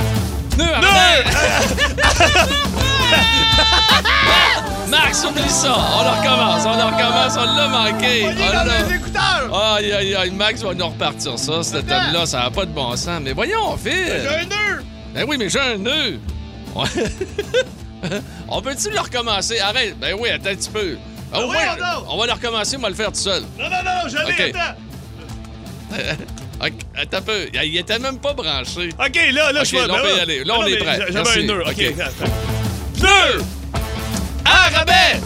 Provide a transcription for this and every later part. pneus, Arnaud Max au glissant. On en recommence, on en recommence, on l'a manqué. On est On dans l'a- les écouteurs! Aïe, aïe, aïe, Max va nous repartir ça, cet Attends. thème-là, ça n'a pas de bon sens. Mais voyons, Phil! J'ai un nœud! Ben oui, mais j'ai un nœud! On- on peut-tu le recommencer? Arrête! Ben oui, attends un petit peu. Ben Au moins, voyons donc. on va le recommencer, on va le faire tout seul. Non, non, non, je l'ai, Ok. attends! Ok, attends un peu, il était même pas branché. OK, là, là, je suis ben là, on peut y là. Ah, aller. Là, Non, on est mais prêt. j'a- Merci. J'avais un nœud, OK. Ok. attends. Deux! À rabais!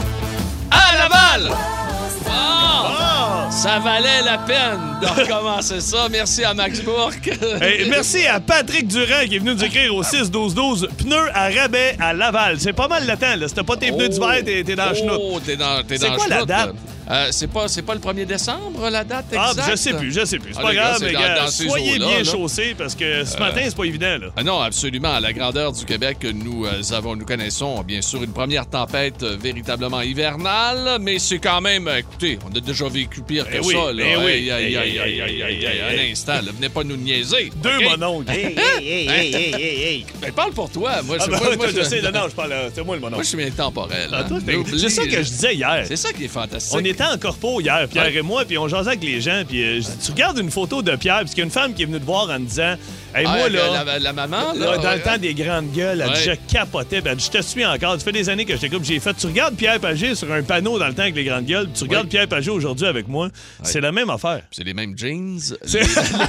À Laval! Wow! Ah! Ça valait la peine de recommencer ça. Merci à Max Bourque. Hey, merci à Patrick Durand qui est venu nous écrire au 6-12-12 pneus à rabais à Laval. C'est pas mal latent, là. C'était pas tes pneus d'hiver, t'es t'es dans le chenoute. Oh, t'es dans, t'es C'est dans quoi la chenoute, date? là. Euh, c'est, pas, c'est pas le 1er décembre, la date Ah, exacte? je sais plus, je sais plus. C'est Ah, pas les gars, grave, c'est mais dans- gars, dans ces soyez eaux-là, bien là. Euh. chaussés parce que ce matin, c'est pas évident, là. Ah Non, absolument. À la grandeur du Québec, nous euh, avons, nous connaissons bien sûr une première tempête euh, véritablement hivernale, mais c'est quand même, euh, écoutez, on a déjà vécu pire que Eh oui, ça. Là. eh Aïe, aïe, oui. aïe, aïe, aïe, aïe, aïe, un instant, là, venez pas nous niaiser. Deux ok? mononges. Hey, hey, hey, hey, hey, hey, hey. Ben, parle pour toi. Moi, Ah, je, ben, moi, moi, toi, je je- sais, non, non, je parle. euh, C'est moi le moi, mononge. je suis intemporel. Ah, hein. toi, t'es- N'oublie- C'est ça que je disais hier. C'est ça qui est fantastique. On était en corpo hier, Pierre et moi, puis on jasait avec les gens, puis euh, je dis, tu regardes une photo de Pierre, parce qu'il y a une femme qui est venue te voir en disant, hey, Ah, la- moi là, la, la maman, là, euh, Là, dans ouais, le temps des grandes gueules, elle dit, Ouais. je capotais. Ben, elle dit, je te suis encore. Ça fait des années que je t'écoute. J'ai fait, tu regardes Pierre Pagé sur un panneau dans le temps avec les grandes gueules. puis Tu regardes Oui. Pierre Pagé aujourd'hui avec moi. C'est la même affaire. C'est les mêmes jeans. C'est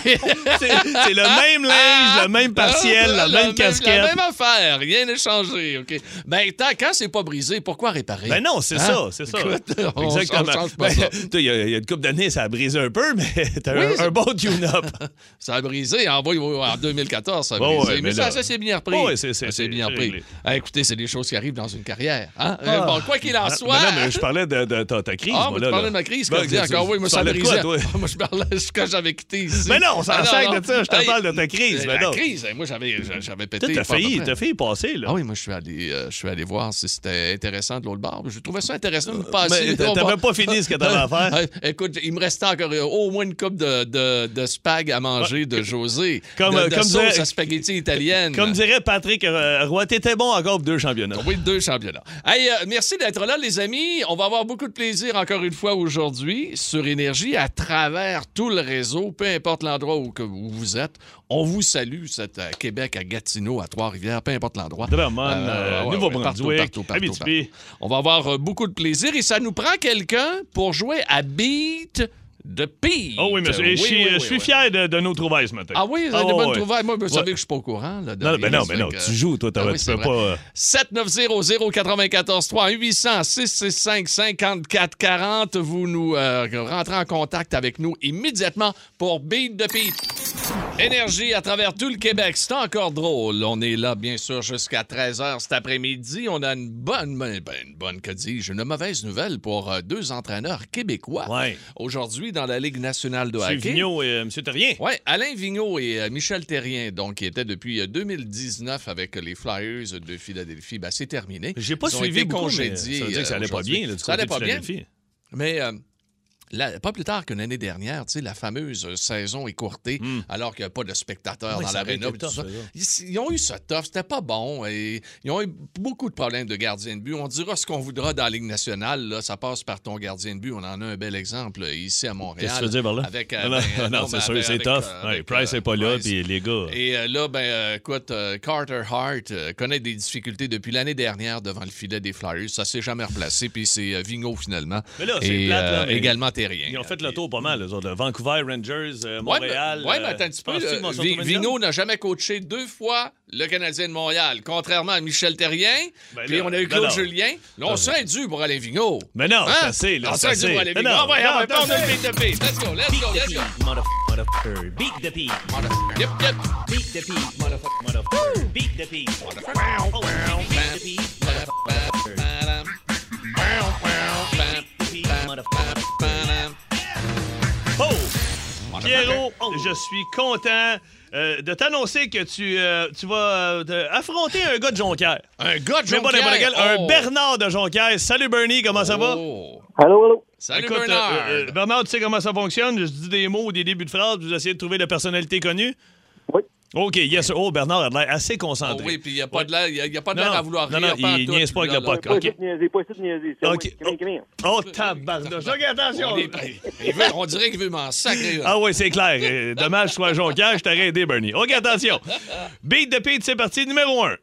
c'est- c'est le même linge, le même partiel, la Le même casquette. Ah, La même affaire, rien n'est changé, OK? Ben, tant, quand c'est pas brisé, pourquoi réparer? Ben non, c'est Hein? ça, c'est ça. Écoute, on- on change pas Ben, ça. toi, il y, a- il y a une couple d'années, ça a brisé un peu, mais t'as Oui, un, c'est- un bon tune-up. Ça a brisé. En, vrai, en 2014, ça a Ouais, brisé. ouais, mais mais ça, là- ça s'est bien repris. Ouais, ouais, c'est- c'est- Ça s'est c'est- bien c'est repris. réglé. Ah, écoutez, c'est des choses qui arrivent dans une carrière. Hein? Euh, Ah. bon, quoi qu'il en Ah, soit. mais non, mais je parlais de, de ta, ta crise. Ah, moi, moi, là, tu parlais là. de ma crise, Ben, comme dit tu- encore, tu- oui, moi, tu ça parlais de quoi, brisait. toi? Moi, je parlais de- quand j'avais quitté ici. Mais non, on s'en Ah, sacre non. de ça, je te Hey, parle de ta crise, mais La non. crise, hey, moi, j'avais j'avais pété. Toi, T'as fort à peu failli, près. t'as failli passer, là. Ah oui, moi, je suis allé, euh, je suis allé voir si c'était intéressant de l'autre bord. Je trouvais ça intéressant de passer. Euh, Mais là, on t'as va- même pas fini ce que t'avais à faire. Euh, Écoute, il me restait encore euh, au moins une coupe de, de, de spag à manger de José. Comme, de, euh, de comme sauce dirait- à spaghetti italienne. Comme dirait Patrick euh, Roy, t'étais bon encore pour deux championnats. Oui, deux championnats. Hey, euh, merci d'être là, les amis. On va avoir beaucoup de plaisir encore une fois aujourd'hui sur Énergie à travers tout le réseau, peu importe l'endroit où, que- où vous êtes. On vous salue, c'est à Québec, à Gatineau, à Trois-Rivières, peu importe l'endroit. Drummond, Euh, euh, ouais, ouais, Nouveau-Brunswick, partout, partout, partout, Abitibi. On va avoir euh, beaucoup de plaisir et ça nous prend quelqu'un pour jouer à Beat de Pete. Oh oui, mais je suis- oui, je oui, suis oui. fier de, de nos trouvailles ce matin. Ah oui, c'est Ah des bonnes ouais. trouvailles. Moi, vous savez Ouais. que je suis pas au courant. Là, de Non, rien, ben non, ça mais fait non, que- tu joues, toi, t'as- Ah oui, tu c'est peux vrai. pas. euh, 790-094-3 Vous nous euh, rentrez en contact avec nous immédiatement pour Beat de Pete. Énergie à travers tout le Québec. C'est encore drôle. On est là, bien sûr, jusqu'à 13h cet après-midi. On a une bonne, ben, ben, une bonne, que dis-je, une mauvaise nouvelle pour euh, deux entraîneurs québécois. Ouais. Aujourd'hui, dans la Ligue nationale de Monsieur hockey. Vigneault et euh, Monsieur Terrien. Oui, Alain Vigneault et euh, Michel Terrien, donc, qui étaient depuis euh, 2019 avec les Flyers de Philadelphie, ben, c'est terminé. J'ai pas Ils ont suivi été beaucoup, mais congédiés, ça veut dire que ça euh, allait pas aujourd'hui. bien, là, du ça allait pas côté de bien, Philadelphie. mais euh, la- pas plus tard que l'année dernière, tu sais, la fameuse euh, saison écourtée, alors qu'il n'y a pas de spectateurs Oui, dans Hmm. ça avait l'aréna. été et tout tough, ça. ça, là. Ils, ils ont eu ce tough, c'était pas bon. Et ils ont eu beaucoup de problèmes de gardien de but. On dira ce qu'on voudra dans la Ligue nationale. là, ça passe par ton gardien de but. On en a un bel exemple euh, ici à Montréal. Qu'est-ce que tu veux dire par là? Avec, euh, Non, ben, euh, non, non, c'est mais sûr, avec- c'est avec, tough. euh, Ouais, avec, Price euh, n'est pas là, Price. puis les gars. Et euh, là, ben, euh, écoute, euh, Carter Hart euh, connaît des difficultés depuis l'année dernière devant le filet des Flyers. Ça s'est jamais replacé, puis c'est euh, Vigneault finalement. Mais là, c'est Et, plate, là, euh, mais également Terrien. Ils ont fait le tour pas mal, eux autres. là. Vancouver, Rangers, euh, Ouais, Montréal. mais- ouais, mais euh, attends un petit peu. penses-tu qu'ils vont euh, se Vi- retrouver une Vigneault n'a jamais coaché deux fois le Canadien de Montréal, contrairement à Michel Terrien. Ben puis là, on a eu ben Claude non. Julien. Là, on serait dû pour Alain Vigneault. Mais non, Hein? c'est assez, là, On serait c'est dû assez. pour Alain Mais Vigneault. non, Ah ouais, non, ah ouais, t'as on a le fait. beat de beat. Let's go, let's go, Beat the let's go. beat, motherfucker. Beat the beat. Yep, yep. Beat the beat, motherfucker. Motherfucker. Beat the beat. Motherfucker. Oh, Beat the beat, motherfucker. Beat the beat, motherfucker. Oh! Pierrot, je suis content euh, de t'annoncer que tu, euh, tu vas euh, te- affronter un gars de Jonquière. Un gars de Je sais pas n'importe Jonquière. lequel, un Oh. Bernard de Jonquière. Salut Bernie, comment ça va? Oh. Allô, allô. Salut Écoute, euh, Bernard. euh, Bernard, tu sais comment ça fonctionne? Je dis des mots ou des débuts de phrases, vous essayez de trouver la personnalité connue. Oui. OK, yes, sir. Oh, Bernard a de l'air assez concentré. Oh oui, puis il n'y a pas de l'air, il y a- il y a pas de Non, l'air à non. vouloir Non, rire. non, il pantoute, niaise pas lui, avec le là, poc. là. OK. Pas juste niaiser, pas juste niaiser. C'est OK. moi qui- Viens, viens. Oh, tabarnouche. OK, attention. On, est- il veut- on dirait qu'il veut m'en sacrer. là. Ah oui, c'est clair. Euh, Dommage, soit Jonquière, je t'aurais aidé, Bernie. OK, attention. Beat de Pete, c'est parti, numéro 1.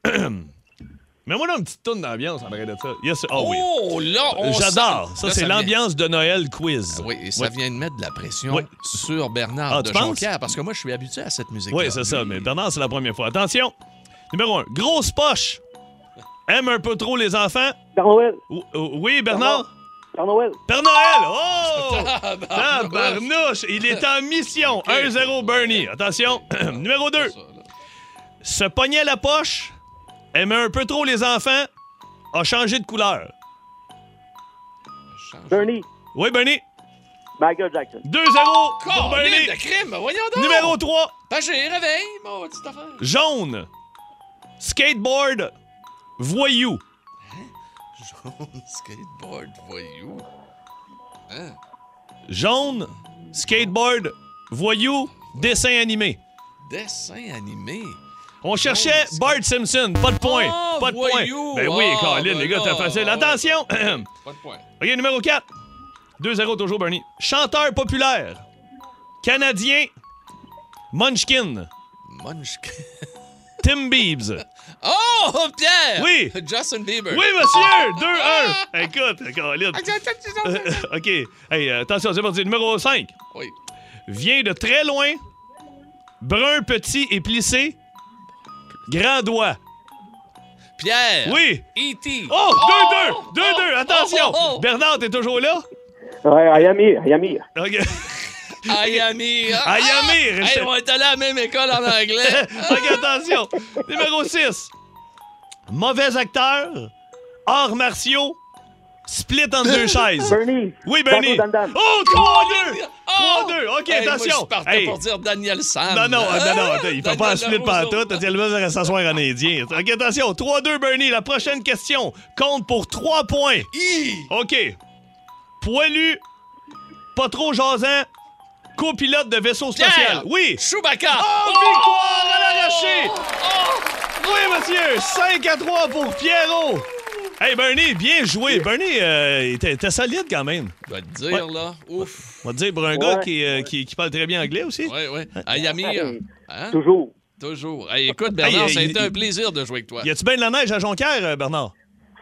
Mets-moi là une petite toune d'ambiance en parlant de ça. Yes, sir. oh oui. Oh, là, on J'adore. sent- Ça, Là, c'est vient. Ah l'ambiance de Noël quiz. Oui, et ça Ouais. vient de mettre de la pression Oui. sur Bernard Ah, de tu penses? Jonquière, parce que moi, je suis habitué à cette musique-là. Oui, c'est ça. Mais ben- Bernard, c'est la première fois. Attention. Numéro 1. Grosse poche. Aime un peu trop les enfants. Père Noël, Ou- ou- Oui, Bernard. Père Noël. Père Noël. Oh! Ah, Tabarnouche. Tabarnouche. Il est en mission. 1-0 Bernie. Attention. Numéro 2. Ça, là. se pognait la poche, aimait un peu trop les enfants, a changé de couleur. Change. Bernie. Oui, Bernie. Michael Jackson. 2-0 pour Colline Bernie. de crime, voyons donc! Numéro 3, Ben, j'ai réveillé, mon petite affaire. jaune. Skateboard, voyou. Jaune skateboard, voyou. Hein? Jaune, skateboard, voyou, dessin animé. Dessin animé. On cherchait skate- Bart Simpson. Pas de point. Ah, pas de voyou. point. Ben oui, Ah, Colin, les ben gars, là. t'as facile. Ah, ouais. Attention. Pas de point. OK, numéro 4. 2-0 toujours, Bernie. Chanteur populaire. Canadien. Munchkin. Munchkin. Tim Biebs. Oh, Pierre! Oui. Justin Bieber. Oui, monsieur! 2-1. Écoute, Colin. Ah, OK. Hey, euh, attention, c'est parti. Numéro 5. Oui. Vient de très loin. Brun petit et plissé. Grand doigt. Pierre. E Oui. E.T. Oh! 2-2! 2-2! oh, Attention! oh, oh. Bernard, t'es toujours là? Ouais, I am here, I am here. OK. Ayamir. Ah! Ah! Ayamir. Hey, on est allé à la même école en anglais. OK, attention. Numéro 6. Mauvais acteur, arts martiaux, split en deux chaises. Bernie. Oui, Bernie. Daniel Dan Dan. Oh, 3-2. 3-2. OK, Oh! Hey, Moi, attention. je partais Hey. pour dire Daniel Sam. Non, non, non, non, attends, Daniel il fait pas un split Larousseau. pantoute. T'as dit, le va s'asseoir en indien. OK, attention. 3-2, Bernie. La prochaine question compte pour 3 points. Hi! OK. Poilu, pas trop jasant, copilote de vaisseau spatial. Pierre. Oui. Chewbacca. Oh, victoire à l'arraché. Oh! Oui, monsieur! 5 à 3 pour Pierrot! Hey, Bernie, bien joué. Bernie, euh, il était était solide quand même. Je dois te dire, là. Ouf. On va te dire, pour un gars qui, euh, qui, qui parle très bien anglais aussi. Ouais, ouais. Ayamir. Hey, Hein? Toujours. Toujours. Hey, écoute, Bernard, Hey, ça a il- été un il- plaisir de jouer avec toi. Y a-tu bien de la neige à Jonquière, euh, Bernard?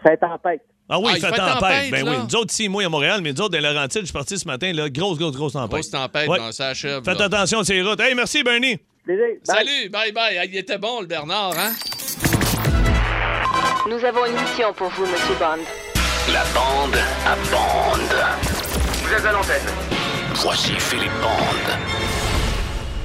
Fait tempête. Ah oui, Ah, il fait tempête. ben là. oui, nous autres ici, moi, à Montréal, mais nous autres, dans les Laurentides, je suis parti ce matin, là, grosse, grosse, grosse tempête. Grosse tempête, Ouais. non, ça achève. Faites là. attention sur les routes. Hey, merci, Bernie. Plaisir. Bye. Salut, bye bye. Ah, Il était bon, le Bernard, hein? Nous avons une mission pour vous, Monsieur Bond. La bande à bande. Vous êtes à l'antenne. Voici Philippe Bande.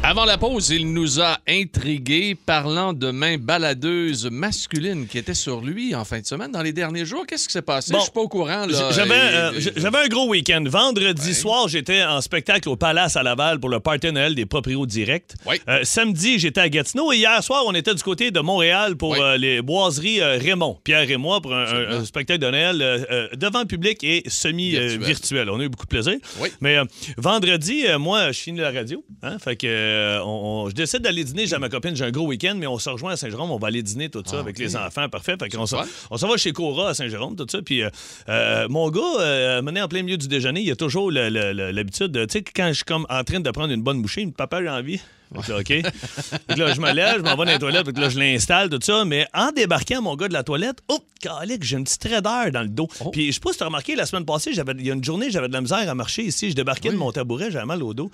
Avant la pause, il nous a intrigués parlant de mains baladeuses masculines qui étaient sur lui en fin de semaine, dans les derniers jours. Qu'est-ce qui s'est passé? Bon, Je suis pas au courant, là. J'avais Et- euh, j- j'avais un gros week-end. Vendredi Ouais. soir, j'étais en spectacle au Palace à Laval pour le party Noël des proprios directs. Ouais. Euh, samedi, j'étais à Gatineau et hier soir, on était du côté de Montréal pour Ouais. euh, les boiseries euh, Raymond. Pierre et moi pour un, un- Absolument. un spectacle de Noël euh, euh, devant public et euh, semi-virtuel. Virtuel. On a eu beaucoup de plaisir. Oui. Mais euh, vendredi, euh, moi, je finis la radio. hein, fait que euh, on- on- je décide d'aller dîner chez ma copine. J'ai un gros week-end, mais on se rejoint à Saint-Jérôme. On va aller dîner tout ça Ah, avec ok. les enfants. Parfait. Fait qu'on s'en- Ouais. on s'en va chez Cora à Saint-Jérôme, tout ça. Puis euh, euh, mon gars, euh, mené en plein milieu du déjeuner, il a toujours le- le- le- l'habitude. de- Tu sais, quand je suis comme en train de prendre une bonne bouchée, il me dit, papa, j'ai envie. Fait que là, OK. Fait que là, je me lève, je m'en vais dans les toilettes, fait que là, je l'installe, tout ça. Mais en débarquant, mon gars de la toilette, oh, calique, j'ai une petite raideur dans le dos. Oh. Puis je sais pas si tu as remarqué, la semaine passée, j'avais- il y a une journée, j'avais de la misère à marcher ici. Je débarquais de mon tabouret, j'avais mal au dos.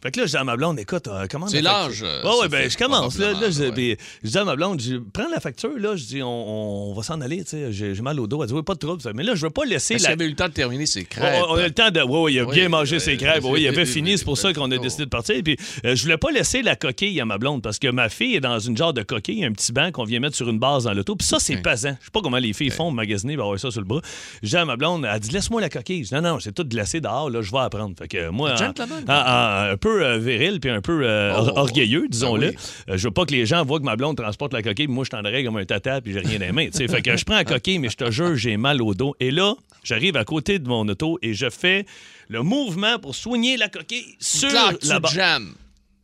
Fait que là, je dis à ma blonde, écoute, euh, comment on C'est a fait- l'âge, euh, Ouais, ça ouais, ben, fait je commence. Là, là, je, probablement, puis je dis à ma blonde, je prends la facture, là, je dis, on, on- on va s'en aller, tu sais, j'ai j'ai mal au dos. Elle dit, oui, pas de trouble, ça. Mais là, je veux pas laisser Est-ce la. qu'il avait eu le temps de terminer ses crêpes? On, on a le temps de. Oui, oui, il a Oui, bien mangé euh, ses crêpes. Oui, il avait oui, fini. oui, C'est pour ça qu'on a oui. décidé de partir. Puis, euh, je voulais pas laisser la coquille à ma blonde parce que ma fille est dans une genre de coquille, un petit banc qu'on vient mettre sur une base dans l'auto. Puis ça, c'est pesant. Je sais pas comment les filles font magasiner, pour avoir ça sur le bras. J'ai dit à ma blonde, elle dit Laisse-moi la coquille. Je dis Non, non, c'est tout glacé dehors, là, je vais apprendre. Fait que moi, en- gentleman. en- en- un peu euh, viril puis un peu euh, Oh. or- orgueilleux, disons-le. Ah oui. Euh, je veux pas que les gens voient que ma blonde transporte la coquille, puis moi, je t'en comme un tata, puis j'ai rien aimé. fait que je prends la coquille, mais je te jure, j'ai mal au dos. Et là, j'arrive à côté de mon auto et je fais le mouvement pour soigner la coquille sur Claque, tu la ba- jammes.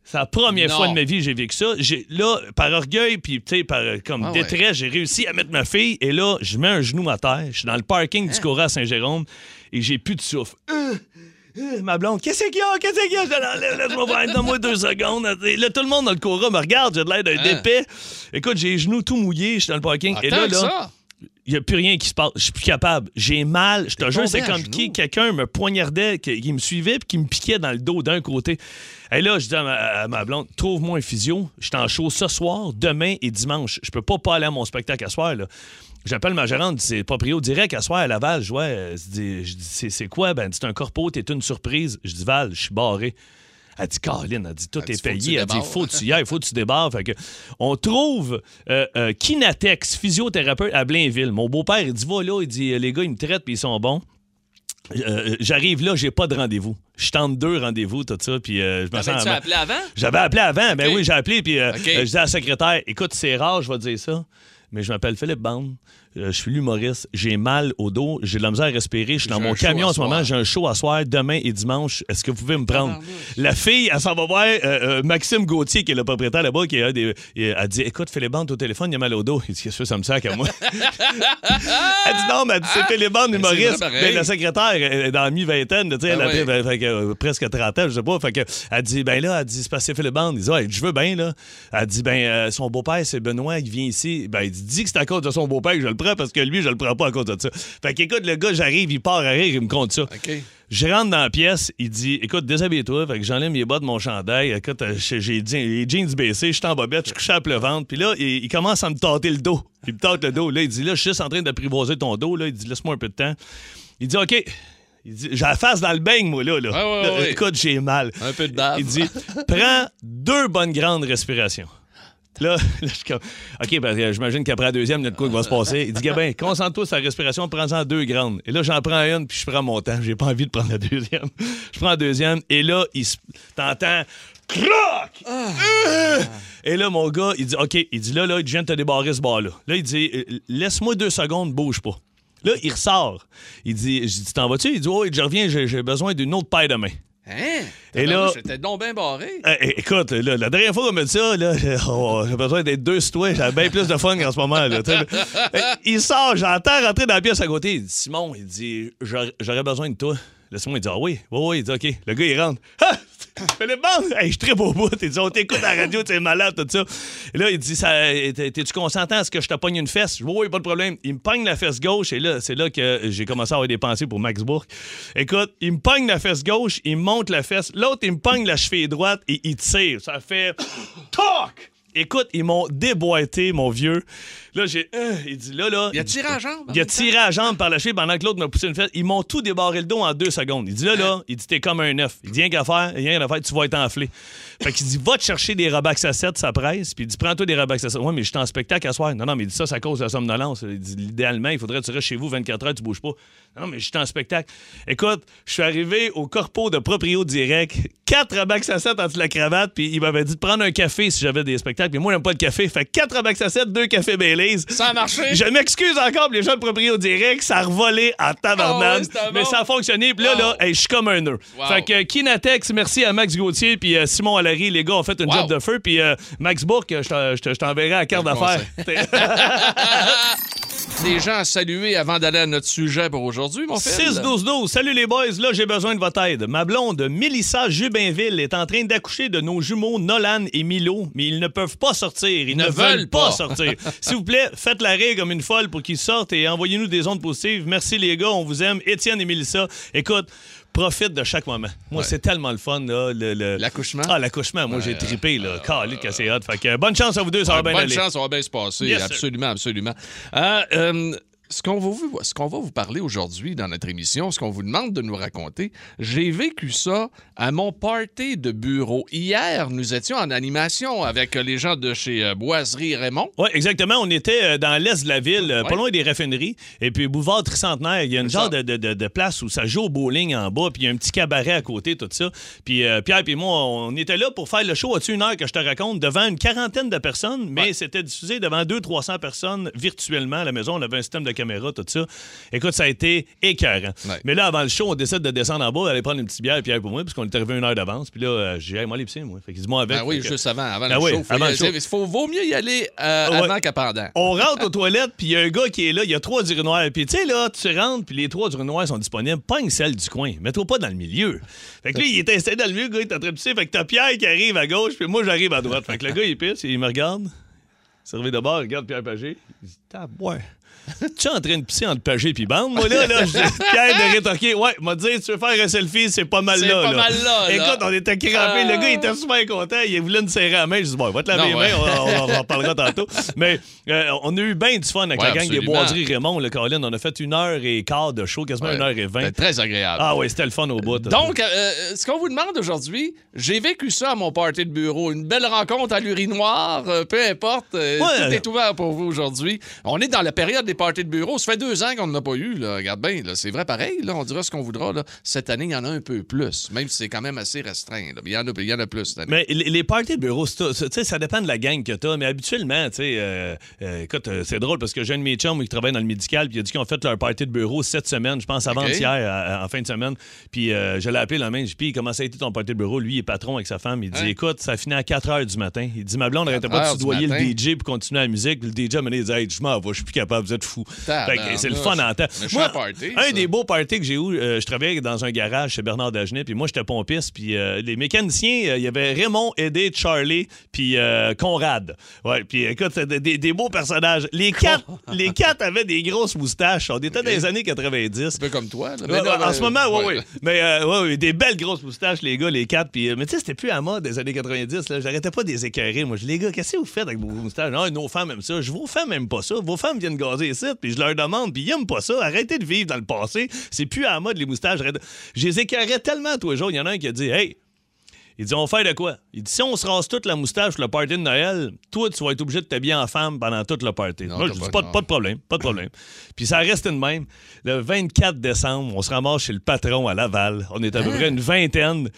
C'est la première Non. fois de ma vie que j'ai vécu ça. J'ai, là, par orgueil, puis tu sais, par euh, comme Ah ouais. détresse, j'ai réussi à mettre ma fille. Et là, je mets un genou à terre. Je suis dans le parking Hein? du Cora à Saint-Jérôme et j'ai plus de souffle. Euh, euh, ma blonde, qu'est-ce qu'il y a? Qu'est-ce qu'il y a? Je l'enlève, laisse-moi voir. Donne-moi deux secondes. Et là, tout le monde dans le Cora me regarde. J'ai de l'air d'un Hein? épais. Écoute, j'ai les genoux tout mouillés. Je suis dans le parking. et Attends là, que là, ça. il n'y a plus rien qui se passe. Je suis plus capable. J'ai mal. Je te jure, tombé c'est à comme genoux. qui quelqu'un me poignardait, qui, qui me suivait puis qui me piquait dans le dos d'un côté. Et là, je dis à ma, à ma blonde, trouve-moi un physio. Je suis en show ce soir, demain et dimanche. Je peux pas pas aller à mon spectacle à soir. là. J'appelle ma gérante, c'est proprio direct à soir à Laval. Je dis, ouais, je dis, je dis, c'est c'est quoi? Ben, elle dit, c'est un corpo, t'es une surprise. Je dis, Val, je suis barré. Elle dit, Caroline, elle dit, tout Elle dit, est faut que tu payé. Elle dit, débarres. faut que tu y ailles, faut que tu débarres. Fait que, on trouve euh, euh, Kinatex, physiothérapeute à Blainville. Mon beau-père, il dit, va là, il dit, euh, les gars, ils me traitent puis ils sont bons. Euh, J'arrive là, j'ai pas de rendez-vous. Je tente deux rendez-vous, tout ça, puis euh, je me sens. T'avais-tu appelé avant? J'avais appelé avant, mais Ok. oui, j'ai appelé, puis euh, Ok. euh, je disais à la secrétaire, écoute, c'est rare, je vais te dire ça, mais je m'appelle Philippe Bande, euh, je suis l'humoriste, j'ai mal au dos, j'ai de la misère à respirer, je suis dans J'ai mon un show camion à en ce moment, soir. j'ai un show à soir, demain et dimanche, est-ce que vous pouvez me prendre? La fille, elle s'en va voir euh, euh, Maxime Gauthier, qui est le propriétaire là-bas, qui est un des... et Elle dit, écoute, Philippe Bande, au téléphone, il a mal au dos. Il dit, qu'est-ce que ça me sac à moi? Elle dit non, mais elle dit, c'est Philippe Bande, Mais Ah! Ben, c'est vrai humoriste. pareil. Mais la secrétaire, elle est dans la mi-vingtaine, tu sais, elle a Ah ouais. pris- fait que, euh, presque 30 ans, je sais pas. Fait que, elle dit, ben là, elle dit, c'est parce que Philippe Bande. Il dit, ouais, je veux bien, là. Elle dit, ben, euh, son beau-père, c'est Benoît, il vient ici. Ben, il dit, dis que c'est à cause de son beau-père que je le prends parce que lui, je le prends pas à cause de ça. Fait que, écoute, le gars, j'arrive, il part à rire, il me compte ça. OK. Je rentre dans la pièce, il dit Écoute, déshabille-toi. Fait que j'enlève mes bas de mon chandail. Écoute, euh, j'ai j'ai les jeans- les jeans baissés, je suis en bobette, je suis couché à le ventre. Puis là, il, il commence à me tâter le dos. Il me tâte le dos. Là, il dit Là, je suis juste en train d'apprivoiser ton dos. Là, il dit Laisse-moi un peu de temps. Il dit OK. Il dit J'ai la face dans le beigne, moi, là. là. Ouais, ouais, ouais, Là, ouais. Écoute, j'ai mal. Un peu de bave. Il dit Prends deux bonnes grandes respirations. Là, là, je suis comme, OK, parce que j'imagine qu'après la deuxième, notre quoi qui va se passer. Il dit, Gabin, concentre-toi sur la respiration, prends-en deux grandes. Et là, j'en prends une, puis je prends mon temps. J'ai pas envie de prendre la deuxième. Je prends la deuxième, et là, il se... t'entends, croc! Ah. Euh! Et là, mon gars, il dit, OK, il dit, là, là, je viens de te débarrer ce bar-là. Là, il dit, euh, laisse-moi deux secondes, bouge pas. Là, il ressort. Il dit, je dis, t'en vas-tu? Il dit, oui, je reviens, j'ai j'ai besoin d'une autre paire de mains. Hein? Et là- J'étais donc bien barré. Euh, é- écoute, là, la dernière fois qu'on m'a dit ça, là, oh, j'ai besoin d'être deux sur toi. J'avais bien plus de fun qu'en ce moment. Là, tu sais. Euh, il sort, j'entends rentrer dans la pièce à côté. Il dit Simon, il dit J'aurais j'aurais besoin de toi. Là, Simon, il dit Ah oui, oui, oui. Il dit OK. Le gars, il rentre. Ah! Philippe Bande, hey, je tripe au bout. Il dit, on t'écoute à la radio, t'es malade, tout ça. Et là, il dit, ça, t'es- t'es-tu consentant à ce que je te pogne une fesse? Je dis, Oui, oui, pas de problème. Il me pogne la fesse gauche et là, c'est là que j'ai commencé à avoir des pensées pour Max Bourque. Écoute, il me pogne la fesse gauche, il me monte la fesse. L'autre, il me pogne la cheville droite et il tire. Ça fait TOC! Écoute, ils m'ont déboîté, mon vieux. Là, j'ai. euh, il dit là, là. Il a dit- tiré à la jambe. il a tiré à la jambe par la cheville pendant que l'autre m'a poussé une fesse. Ils m'ont tout débarré le dos en deux secondes. Il dit là, Hein? là, il dit t'es comme un œuf. Il dit rien qu'à faire, rien à faire, tu vas être enflé. Fait qu'il dit va te chercher des Robax à 7, ça presse. Puis il dit prends-toi des Robax à 7. Ouais, mais je suis en spectacle à soir. Non, non, mais il dit ça, ça cause de la somnolence. Il dit idéalement, il faudrait que tu restes chez vous 24 heures, tu bouges pas. Non, mais je suis en spectacle. Écoute, je suis arrivé au corpo de Proprio Direct, quatre Robax à 7 en dessous de la cravate, puis il m'avait dit de prendre un café si j'avais des spectacles. Puis moi, j'aime pas le café. Fait quatre Robax à 7, deux cafés Baileys. Ça a marché. Je m'excuse encore pour les gens de proprio direct, ça a revolé en Ah tabarnane, ouais, c'était mais bon. ça a fonctionné. Puis là, Wow. là, hey, je suis comme un nœud. Wow. Fait que Kinatex, merci à Max Gauthier puis euh, Simon Allary, les gars ont fait une Wow. job de feu. Puis euh, Max Bourque, je t'en- je te- je t'enverrai à la carte Je d'affaires. Des gens à saluer avant d'aller à notre sujet pour aujourd'hui, mon fils. 6-12-12, salut les boys, là j'ai besoin de votre aide. Ma blonde Mélissa Jubinville est en train d'accoucher de nos jumeaux Nolan et Milo, mais ils ne peuvent pas sortir, ils, ne, veulent, pas, sortir. S'il vous plaît, faites la règle comme une folle pour qu'ils sortent et envoyez-nous des ondes positives. Merci les gars, on vous aime. Étienne et Mélissa, écoute, profite de chaque moment. Moi c'est tellement le fun là, le- le- L'accouchement. Ah l'accouchement, moi j'ai trippé là, calé de c'est hot. Fait que euh, bonne chance à vous deux, ça va bien Bonne aller. chance, ça va bien se passer. Yes, sir. absolument, absolument. Euh, euh, ce qu'on va, vous- ce qu'on va vous parler aujourd'hui dans notre émission, ce qu'on vous demande de nous raconter, j'ai vécu ça à mon party de bureau. Hier, nous étions en animation avec euh, les gens de chez euh, Boiserie Raymond. Oui, exactement. On était euh, dans l'est de la ville, euh, pas Ouais. loin des raffineries. Et puis, Boulevard Tricentenaire, il y a une C'est genre ça. de, de- de- de place où ça joue au bowling en bas, puis il y a un petit cabaret à côté, tout ça. Puis, euh, Pierre et moi, on était là pour faire le show à-dessus une heure que je te raconte, devant une quarantaine de personnes, mais Ouais. c'était diffusé devant 200-300 personnes virtuellement à la maison. On avait un système de caméra, tout ça. Écoute, ça a été écœurant. Ouais. Mais là, avant le show, on décide de descendre en bas, aller prendre une petite bière, Pierre pour moi, puisqu'on est arrivé une heure d'avance. Puis là, euh, j'ai dit, Hey, moi, les piscines, moi. Fait qu'ils disent, moi, avec. Ben oui, Fait que- juste avant, avant Ah le oui, show. Faut avant y le aller. show. Faut, vaut mieux y aller euh, Ouais. avant que pendant. On rentre aux toilettes, puis il y a un gars qui est là, il y a trois urinoirs. Puis tu sais, là, tu rentres, puis les trois urinoirs sont disponibles. Pogne celle du coin. Mets-toi pas dans le milieu. Fait que là, il est installé dans le milieu, le gars, il est en train de pisser. Fait que t'as Pierre qui arrive à gauche, puis moi, j'arrive à droite. Fait que le gars, il pisse, il me regarde. Servé de bord, il regarde Pierre Pagé. Il dit, tabouin. Tu es en train de pisser entre Pagé puis Bande? Moi, là, là, je dis, Pierre de rétorquer. Ouais, m'a dit, tu veux faire un selfie, c'est pas mal C'est là. pas mal là, Ah. là. Écoute, on était crampés. Le gars, il était super content. Il voulait nous serrer la main. Je dis, bon, va te laver Non, les mains, ouais. on- on, on en parlera tantôt. Mais euh, on a eu bien du fun avec Ouais, la gang des absolument. boiseries Raymond, le Colin. On a fait une heure et quart de show, quasiment une heure et vingt. C'était Euh, très agréable. Ah oui, c'était le fun au bout. Donc, euh, ce qu'on vous demande aujourd'hui, j'ai vécu ça à mon party de bureau. Une belle rencontre à l'urinoir, euh, peu importe. euh, Ouais. Tout est ouvert pour vous aujourd'hui. On est dans la période des parties de bureau. Ça fait deux ans qu'on n'en a pas eu. Là. Regarde bien, là, c'est vrai pareil. Là, on dira ce qu'on voudra. Là. Cette année, il y en a un peu plus, même si c'est quand même assez restreint. là. Mais Il y, en a- il y en a plus cette année. Mais les les parties de bureau, c'est tout- c'est- tu sais, ça dépend de la gang que t'as, mais habituellement, tu sais, euh, euh, écoute, euh, c'est drôle parce que j'ai un de mes chums qui travaille dans le médical, puis il a dit qu'ils ont fait leur party de bureau cette semaine, je pense avant-hier, à- à- en fin de semaine. Puis euh, je l'ai appelé le main, je dis, puis comment ça a été ton party de bureau? Lui, il est patron avec sa femme. Il dit, Hein? écoute, ça finit à 4 h du matin. Il dit, ma blonde n'arrêtait 4 pas de heures du soudoyer le matin. DJ pour continuer la musique. Puis le DJ m'a dit, hey, je m'en vais, je suis plus capable, vous êtes fous. Fait que C'est le fun en temps. Méchant Moi, party, un ça. des beaux parties que j'ai eu, euh, je travaillais dans un garage chez Bernard Dagenet, puis moi, j'étais pompiste, puis euh, les mécaniciens, euh, il y avait Raymond, Aidé, Charlie, puis euh, Conrad. Ouais, puis écoute, c'était des, des beaux personnages. Les quatre, les quatre avaient des grosses moustaches. On était dans les années 90. Un peu comme toi. là. Mais Ouais, non, ouais, en mais- ce moment, oui, ouais. oui. Mais euh, ouais, ouais, des belles grosses moustaches, les gars, les quatre. Puis, euh, mais tu sais, c'était plus à mode des années 90. Là. J'arrêtais pas de les écœurer. Moi, je dis, les gars, qu'est-ce que vous faites avec vos moustaches? Ah, nos femmes aiment ça. Je vos femmes aiment pas ça. Vos femmes viennent gazer ici, puis je leur demande, puis ils aiment pas ça. Arrêtez de vivre dans le passé. C'est plus à mode les moustaches. Arrête- Je les écœurais tellement tous les jours. Il y en a un qui a dit, hey, il dit, on fait de quoi? Il dit, si on se rase toute la moustache pour le party de Noël, toi, tu vas être obligé de t'habiller en femme pendant tout le party. Non, Moi, t'as je dis, pas- pas, non. pas de problème, pas de problème. Puis ça reste une même. Le 24 décembre, on se ramasse chez le patron à Laval. On est à peu Hein? près une vingtaine.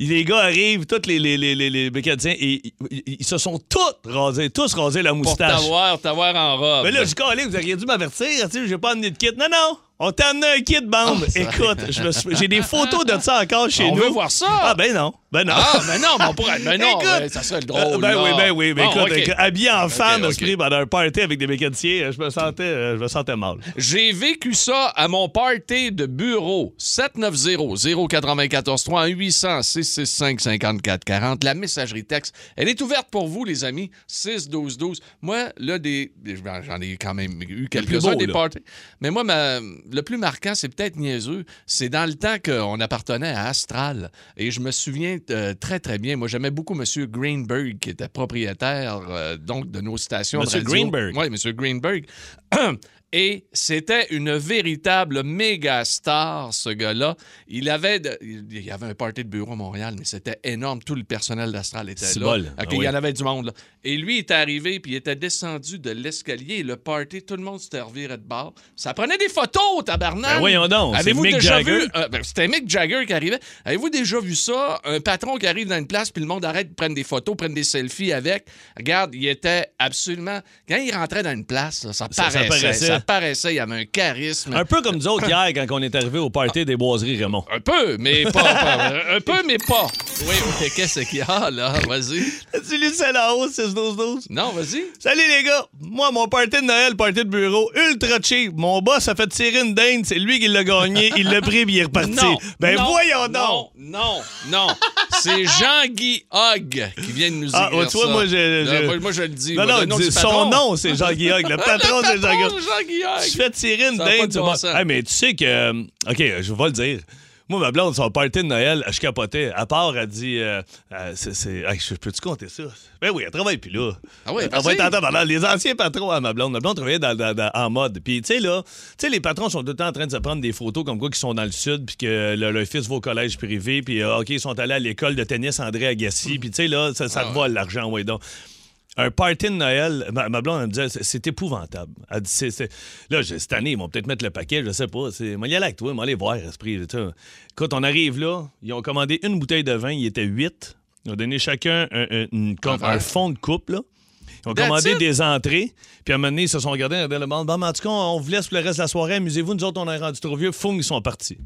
Et Les gars arrivent, tous les, les, les, les, les mécaniciens, et ils- ils, ils se sont tous rasés, tous rasés la Pour moustache. t'avoir, t'avoir en robe. Mais là, je suis calé, vous auriez dû m'avertir, tu sais, j'ai pas amené de kit. Non, non, on t'a amené un kit, bande. Écoute, je me suis- j'ai des photos de ça encore chez Oh, On nous. veut voir ça. Ah, ben non, ben non. Ah, mais non, mais on pourrait. Mais non, Écoute, ouais, ça serait le euh, drôle. ben là. oui, ben oui, mais Bon, écoute, ok. euh, habillé en femme, ok. inscrit pendant un party avec des mécaniciens, euh, je me sentais, euh, je me sentais mal. J'ai vécu ça à mon party de bureau. 790-094-3-800-665-5440. La messagerie texte, elle est ouverte pour vous, les amis. 6-12-12. Moi, là, des... j'en j'en ai quand même eu quelques-uns beau, des là. parties. Mais moi, ma- le plus marquant, c'est peut-être niaiseux. C'est dans le temps qu'on appartenait à Astral. Et je me souviens euh, très, très bien. Moi, j'aimais beaucoup M. Greenberg, qui était propriétaire euh, donc de nos stations Monsieur de radio. Greenberg. Oui, M. Greenberg. Et c'était une véritable méga star, ce gars-là. Il avait, de- il y avait un party de bureau à Montréal, mais c'était énorme. Tout le personnel d'Astral était C'est là. bol. Ok, Ah Il y oui. en avait du monde. là. Et lui, il est arrivé, puis il était descendu de l'escalier. Et Le party, tout le monde s'était reviré de bord. Ça prenait des photos, tabarnak! Ben voyons donc, c'est Avez-vous Mick déjà Jagger. vu... euh, ben, c'était Mick Jagger qui arrivait. Avez-vous déjà vu ça? Un patron qui arrive dans une place, puis le monde arrête, prennent des photos, prennent des selfies avec. Regarde, il était absolument... Quand il rentrait dans une place, là, ça Ça- ça paraissait, ça paraissait. paraissait. il y avait un charisme. Un peu comme nous autres hier, quand on est arrivé au party des boiseries Raymond. Un peu, mais pas. pas- un peu, mais pas. Oui, ok, qu'est-ce qu'il y a, là? Vas-y. tu lu ça là-haut, 6-12-12? Non, vas-y. Salut les gars! Moi, mon party de Noël, party de bureau, ultra cheap. Mon boss a fait tirer une dinde, c'est lui qui l'a gagné, il l'a pris puis il est reparti. Non. ben non, voyons donc! Non, non, non. C'est Jean-Guy Hogg qui vient de nous Ah, écrire tu vois, ça. moi, je- Là, je- moi, moi, je le dis. Non, Moi, le non, du dis- son patron. nom, c'est Jean-Guy Hogg. Le patron, c'est Jean-Guy Hogg. Jean-Guy Hogg. Tu fais tirer une Ça a pas dinde de du bon bon- sens. Ah, mais tu sais que. euh, OK, je vais le dire. Moi, ma blonde, son party de Noël, je capotais. À part, elle dit. euh, euh, c'est- c'est- hey, je- Peux-tu compter ça? Ben oui, elle travaille plus là. Ah oui, elle va merci. être en tabarnak. Les anciens patrons à ma blonde. Ma blonde travaillait dans- dans- dans- en mode. Puis, tu sais, là, tu sais, les patrons sont tout le temps en train de se prendre des photos comme quoi qu'ils sont dans le sud, puis que le, leur fils va au collège privé, puis, euh, OK, ils sont allés à l'école de tennis André Hmm. Agassi, puis, tu sais, là, ça, ça Ah revole l'argent, oui, donc. Un party de Noël, ma, ma blonde, elle me disait, c'est- c'est épouvantable. Elle dit, c'est- c'est- là, je- cette année, ils vont peut-être mettre le paquet, je sais pas. C'est, moi, y aller avec toi, moi, aller voir, à ce prix, tu sais. Écoute, on arrive là, ils ont commandé une bouteille de vin, il était huit. Ils ont donné chacun un, un- une coupe- verre. un fond de coupe, là. Ils ont That's commandé it? des entrées, puis à un moment donné, ils se sont regardés, ils regardaient le monde. Bon, mais en tout cas, on vous laisse pour le reste de la soirée, amusez-vous. Nous autres, on est rendus trop vieux. Fung, ils sont partis.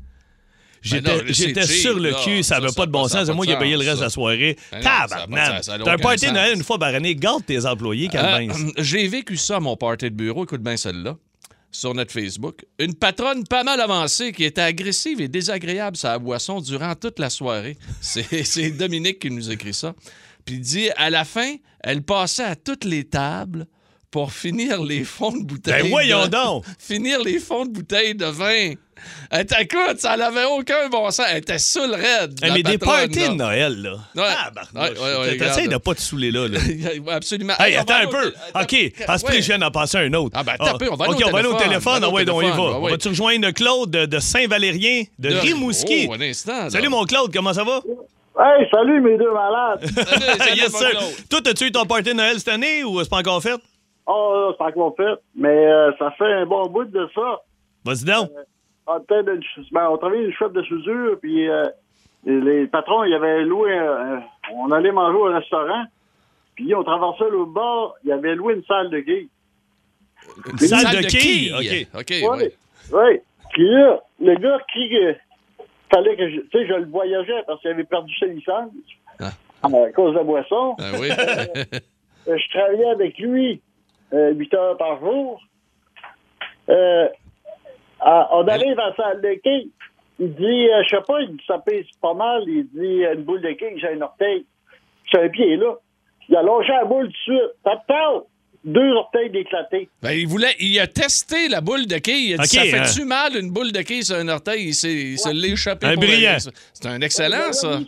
Ben non, J'étais c'est j'étais cheap, sur le là. cul, ça Ça, n'avait ça pas de bon a pas- ça a sens. pas Et moi, de il a payé le sens, reste de ça. la soirée. Ben non, ça a pas de Tabarnak! sens, ça a T'as un aucun party de sens. Noël une fois par année, garde tes employés, Calvin. Euh, J'ai vécu ça, mon party de bureau, écoute bien celle-là, sur notre Facebook. Une patronne pas mal avancée qui était agressive et désagréable sa boisson durant toute la soirée. C'est c'est Dominique qui nous écrit ça. Puis il dit, à la fin, elle passait à toutes les tables pour finir les fonds de bouteilles. Ben voyons de- donc! Finir les fonds de bouteilles de vin. Elle était- écoute, ça n'avait aucun bon sens. Elle était saoule raide. la Hey, Eh, mais des patronne, parties de là. Noël, là. Ouais. Tabarnak! Ouais, ouais, ouais, T'essayes regarde. de pas te saouler là, là. euh, Absolument. Hey, on attends va un au- peu. attends- OK, à ce Ouais. prix, je viens d'en passer un autre. Ah, ben, attends un peu, on va aller OK, au on va aller au téléphone. téléphone. On va Ah, ouais, aller au donc, on y va. téléphone. Ah, On ouais. va-tu rejoindre Claude de, de Saint-Valérien, de, Rimouski? Oh, un instant. là. Salut, mon Claude, comment ça va? Hey, salut mes deux malades. Salut, salut, yes, mon sir. Claude. Toi, t'as-tu eu ton party de Noël cette année ou c'est pas encore fait? oh, c'est pas qu'on fait, mais euh, ça fait un bon bout de ça. Vas-y donc. Euh, Ah, peut-être une ch- ben, on travaillait une shop de soudure, puis euh, les- les patrons, ils avaient loué. un- un- on allait manger au restaurant, puis on traversait le bord, ils avaient loué une salle de gay. Une Salle de quilles. quilles. OK, Oui, ouais. oui. Puis là, le gars qui. euh, fallait que je. Tu sais, je le voyageais parce qu'il avait perdu sa licence Ah. euh, à cause de la boisson. Ah oui. Euh, je travaillais avec lui 8 heures par jour. Euh, à- on arrive à la salle de quai. Il dit, euh, je sais pas, il dit, ça pèse pas mal. Il dit, euh, une boule de quai, j'ai un orteil. J'ai un pied là. Il a lâché la boule tout de suite. Tap, tap! Deux orteils d'éclatés. Ben, il voulait. Il a testé la boule de quille. Il a dit OK, hein. Ça fait-tu mal une boule de quille sur un orteil Il s'est il s'est l'échappé. Un pour brillant. vrai. C'est un excellent, ça.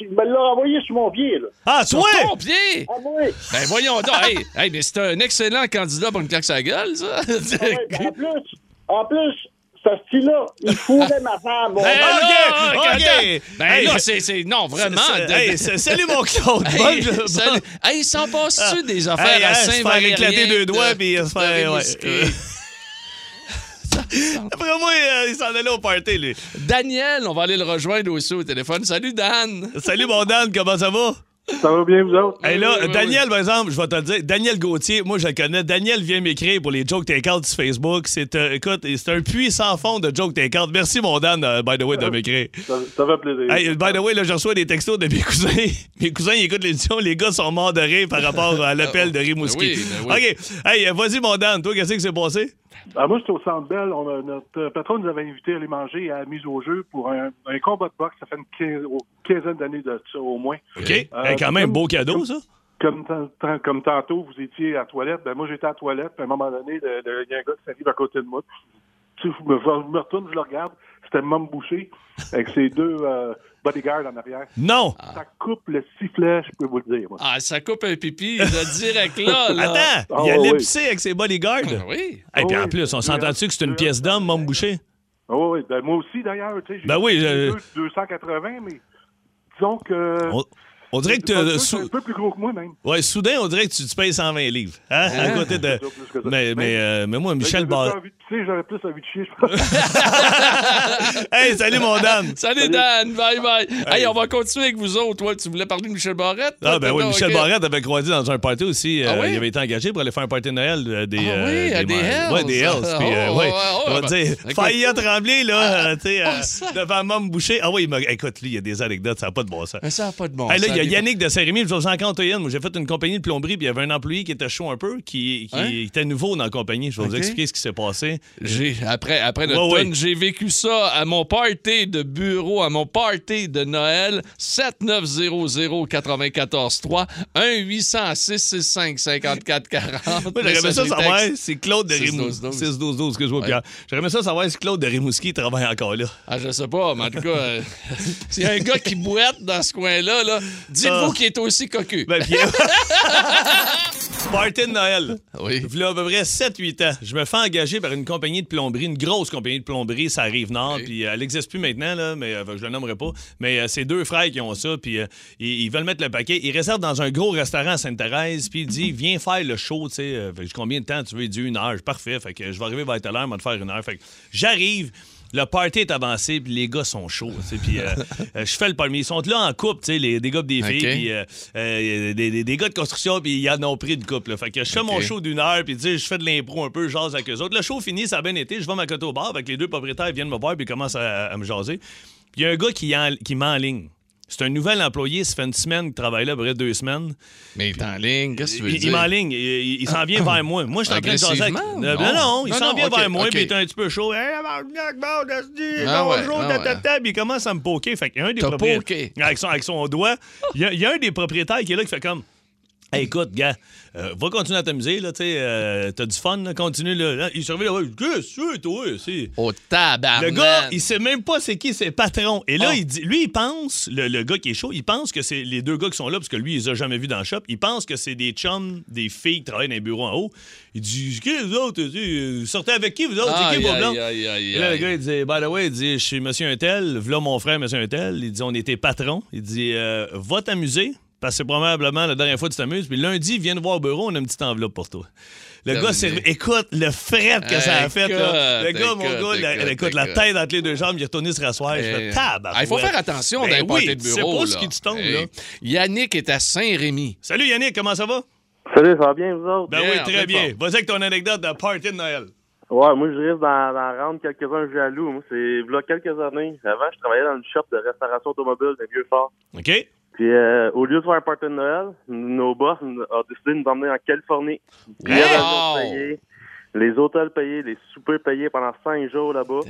Il me l'a envoyé sur mon pied, là. Ah, toi? Ton pied Ah oui! Ben, voyons donc. hey, hey, mais c'est un excellent candidat pour une claque sa gueule, ça. Ah ouais, ben, en plus, en plus, ce style-là, il fourrait ma femme. Ben mon gars. là, Ah, OK, quand- OK. Ben Hey, là, c'est- c'est. Non, vraiment. C'est- de- hey, c'est- salut, mon Claude. Hey, Bonne- salut. Hey, il s'en passe-tu Ah. des affaires Hey, à hey, se faire Saint-Valérien? éclater deux de- doigts, puis se de faire- ouais. Rimouski? Euh. Après moi, euh, il s'en allait au party, lui. Daniel, on va aller le rejoindre aussi au téléphone. Salut, Dan. Salut, mon Dan, comment ça va? Ça va bien, vous autres? Hey, là, Oui, oui, Daniel, par exemple, je vais te le dire. Daniel Gauthier, moi, je le connais. Daniel vient m'écrire pour les Joke Takeout sur Facebook. C'est, euh, écoute, c'est un puits sans fond de Joke Takeout. Merci, mon Dan, euh, by the way, de m'écrire. Ça, ça fait plaisir. Hey, by the way, là, je reçois des textos de mes cousins. Mes cousins, ils écoutent l'émission. Les gars sont morts de rire par rapport à l'appel de Rimouski. Ben oui, ben oui. OK. Hey, euh, vas-y, mon Dan. Toi, qu'est-ce qui s'est passé? Ah, moi, j'étais au Centre Bell. On a- notre euh, patron nous avait invités à aller manger à la mise au jeu pour un, un combat de boxe. Ça fait une quinzaine, quinzaine d'années de ça, au moins. OK. Euh, Hey, quand même, beau cadeau, ça. Comme, tan- tan- comme tantôt, vous étiez à la toilette. Ben, moi, j'étais à la toilette. Puis à un moment donné, le- le- il y a un gars qui s'arrive à côté de moi. Tu sais, je, me, je me retourne, je le regarde. C'était Mom Boucher avec ses deux euh, bodyguards en arrière. Non. Ça coupe le sifflet, je peux vous le dire. moi. Ah, ça coupe un pipi de direct là. là. Attends, il a Ah, ouais, ouais. l'épicé avec ses bodyguards. Ah Oui. Et puis Ah, en oui. plus, on s'entend-tu que c'est une pièce d'homme, Mom Boucher? Ah oui, ben, moi aussi, d'ailleurs. tu sais, j'ai- Ben oui, j'ai je- deux- 280, mais disons que. On, on dirait que Ah, C'est t'as- un sou- peu plus gros que moi, même. ouais, soudain, on dirait que tu, tu payes 120 livres. Hein? À côté de. Plus que ça. Mais, Ben, mais, euh, mais moi, Michel J'avais Bar. pas envie de pisser, j'avais plus envie de chier, je pense. Hey, salut mon Dan! Salut, Dan. Bye bye. Hey, on va continuer avec vous autres. Toi, tu voulais parler de Michel Barrette? Ah, ben Toi, oui, t'as- Michel ok. Barrette avait croisé dans un party aussi. euh, Ah Euh, oui? Il avait été engagé pour aller faire un party de Noël euh, des. Ah oui, euh, à des Hells. Ouais, des Hells. Puis, euh, Oh, ouais. ouais, ouais, on va ben, dire, écoute. Faya Tremblay, là, euh, tu sais, ah, euh, ça- devant Mom Boucher. Ah oui, il m'a- écoute, lui, il y a des anecdotes, ça n'a pas de bon sens. Mais ça n'a pas de Ah, bon Hey, là, il y a ça. Yannick de Saint-Rémy, je vous en Antoine. Moi, j'ai fait une compagnie de plomberie, puis il y avait un employé qui était chaud un peu, qui, qui Hein? était nouveau dans la compagnie. Je vais vous Ok. expliquer ce qui s'est passé. J'ai, après, après le Ouais, tune, ouais. j'ai vécu ça à mon party de bureau, à mon party de Noël, 7900-943, 1-800-665-5440. Moi, j'aimerais ça Messagerie savoir texte. si Claude de 6-12-12. Rimouski. 6-12-12, excuse-moi, Ouais. Pierre. J'aimerais ça savoir si Claude de Rimouski travaille encore là. Ah, je sais pas, mais en tout cas, euh, s'il y a un gars qui boite dans ce coin-là, là, dites-vous Ah. qu'il est aussi cocu. Ben, Pierre. Party de Noël. oui. Il y à peu près 7-8 ans, je me fais engager par une compagnie de plomberie, une grosse compagnie de plomberie, ça arrive nord, Ok. puis euh, elle n'existe plus maintenant, là, mais euh, je le nommerai pas. Mais euh, c'est deux frères qui ont ça, puis euh, ils, ils veulent mettre le paquet. Ils réservent dans un gros restaurant à Sainte-Thérèse, puis il dit Viens faire le show, tu sais. euh, fait que je dis, combien de temps tu veux Il dit Une heure. Je dis, Parfait, fait que je vais arriver vers telle heure, on va te faire une heure. Fait que j'arrive. le party est avancé, puis les gars sont chauds. tu sais, Puis euh, euh, je fais le palmier. Ils sont là en couple, tu sais, les, des gars pis des filles, Ok. puis euh, euh, des, des- des gars de construction, puis ils en ont pris de couple. là. Fait que je fais mon Ok. show d'une heure, puis tu sais, je fais de l'impro un peu, je jase avec eux autres. Le show fini, ça a bien été. Je vais m'accoter au bar, avec les deux propriétaires viennent me voir, puis ils commencent à, à me jaser. Puis il y a un gars qui, en- qui m'enligne. C'est un nouvel employé, ça fait une semaine qu'il travaille là, à peu près deux semaines. Mais il est en ligne, qu'est-ce que tu veux Il, il dire? m'enligne, il, il- il s'en vient vers moi. Moi, je suis en train de jaser avec... Agressivement? Non, Non. non, il Non, s'en non, vient ok, vers moi, ok. puis il est un petit peu chaud. Hey, tabarnak, bon, d'asti, Ah ouais, bonjour, ah ta, ta, ouais. ta. Puis il commence à me poker. Fait qu'il y a un des T'as propriétaires... poké. Avec son, avec son doigt, il y, a- il y a un des propriétaires qui est là qui fait comme... Hey, écoute, gars, euh, va continuer à t'amuser, là, tu sais, euh, t'as du fun, là, continue, là. Là, Il surveille, là, ouais, qu'est-ce que c'est, toi, ici? Au tabarnak. Le gars, il sait même pas c'est qui ses patrons. Et là, Ah. il dit, lui, il pense, le, le gars qui est chaud, il pense que c'est les deux gars qui sont là, parce que lui, il les a jamais vus dans le shop. Il pense que c'est des chums, des filles qui travaillent dans les bureaux en haut. Il dit, qui vous autres? tu sais, Vous sortez avec qui, vous autres? C'est Aïe, qui, vos aïe, blondes? aïe, aïe, Et là, le aïe. gars, il dit, by the way, il dit, je suis monsieur Untel, voilà mon frère, monsieur Untel. Il dit, on était patrons. Il dit, Euh, va t'amuser, parce que c'est probablement la dernière fois que tu t'amuses. Puis lundi, viens nous voir au bureau, on a une petite enveloppe pour toi. Le Terminé. gars, c'est. Écoute, le fret que ça a fait, là. Le Écoute, gars, mon gars, écoute, la- écoute, écoute, la écoute. tête entre les deux jambes, il est retourné se rasseoir. Je Eh, fais tabac. ah, Il faut faire attention dans les parties oui, de C'est bureau. pas là. ce qui te tombe, Hey. là. Yannick est à Saint-Rémy. Salut Yannick, comment ça va? Salut, ça va bien, vous autres? Ben Bien, oui, en très pleine bien. forme. Vas-y avec ton anecdote de party de Noël. Ouais, moi, je risque d'en, d'en rendre quelques-uns jaloux. Moi, c'est il y a quelques années. Avant, je travaillais dans une shop de restauration automobile de Vieux-Fort. OK? Puis, euh, au lieu de faire un party de Noël, nos boss nous- ont décidé de nous emmener en Californie. Hein? Les avions Wow! payés, les hôtels payés, les soupers payés pendant cinq jours là-bas.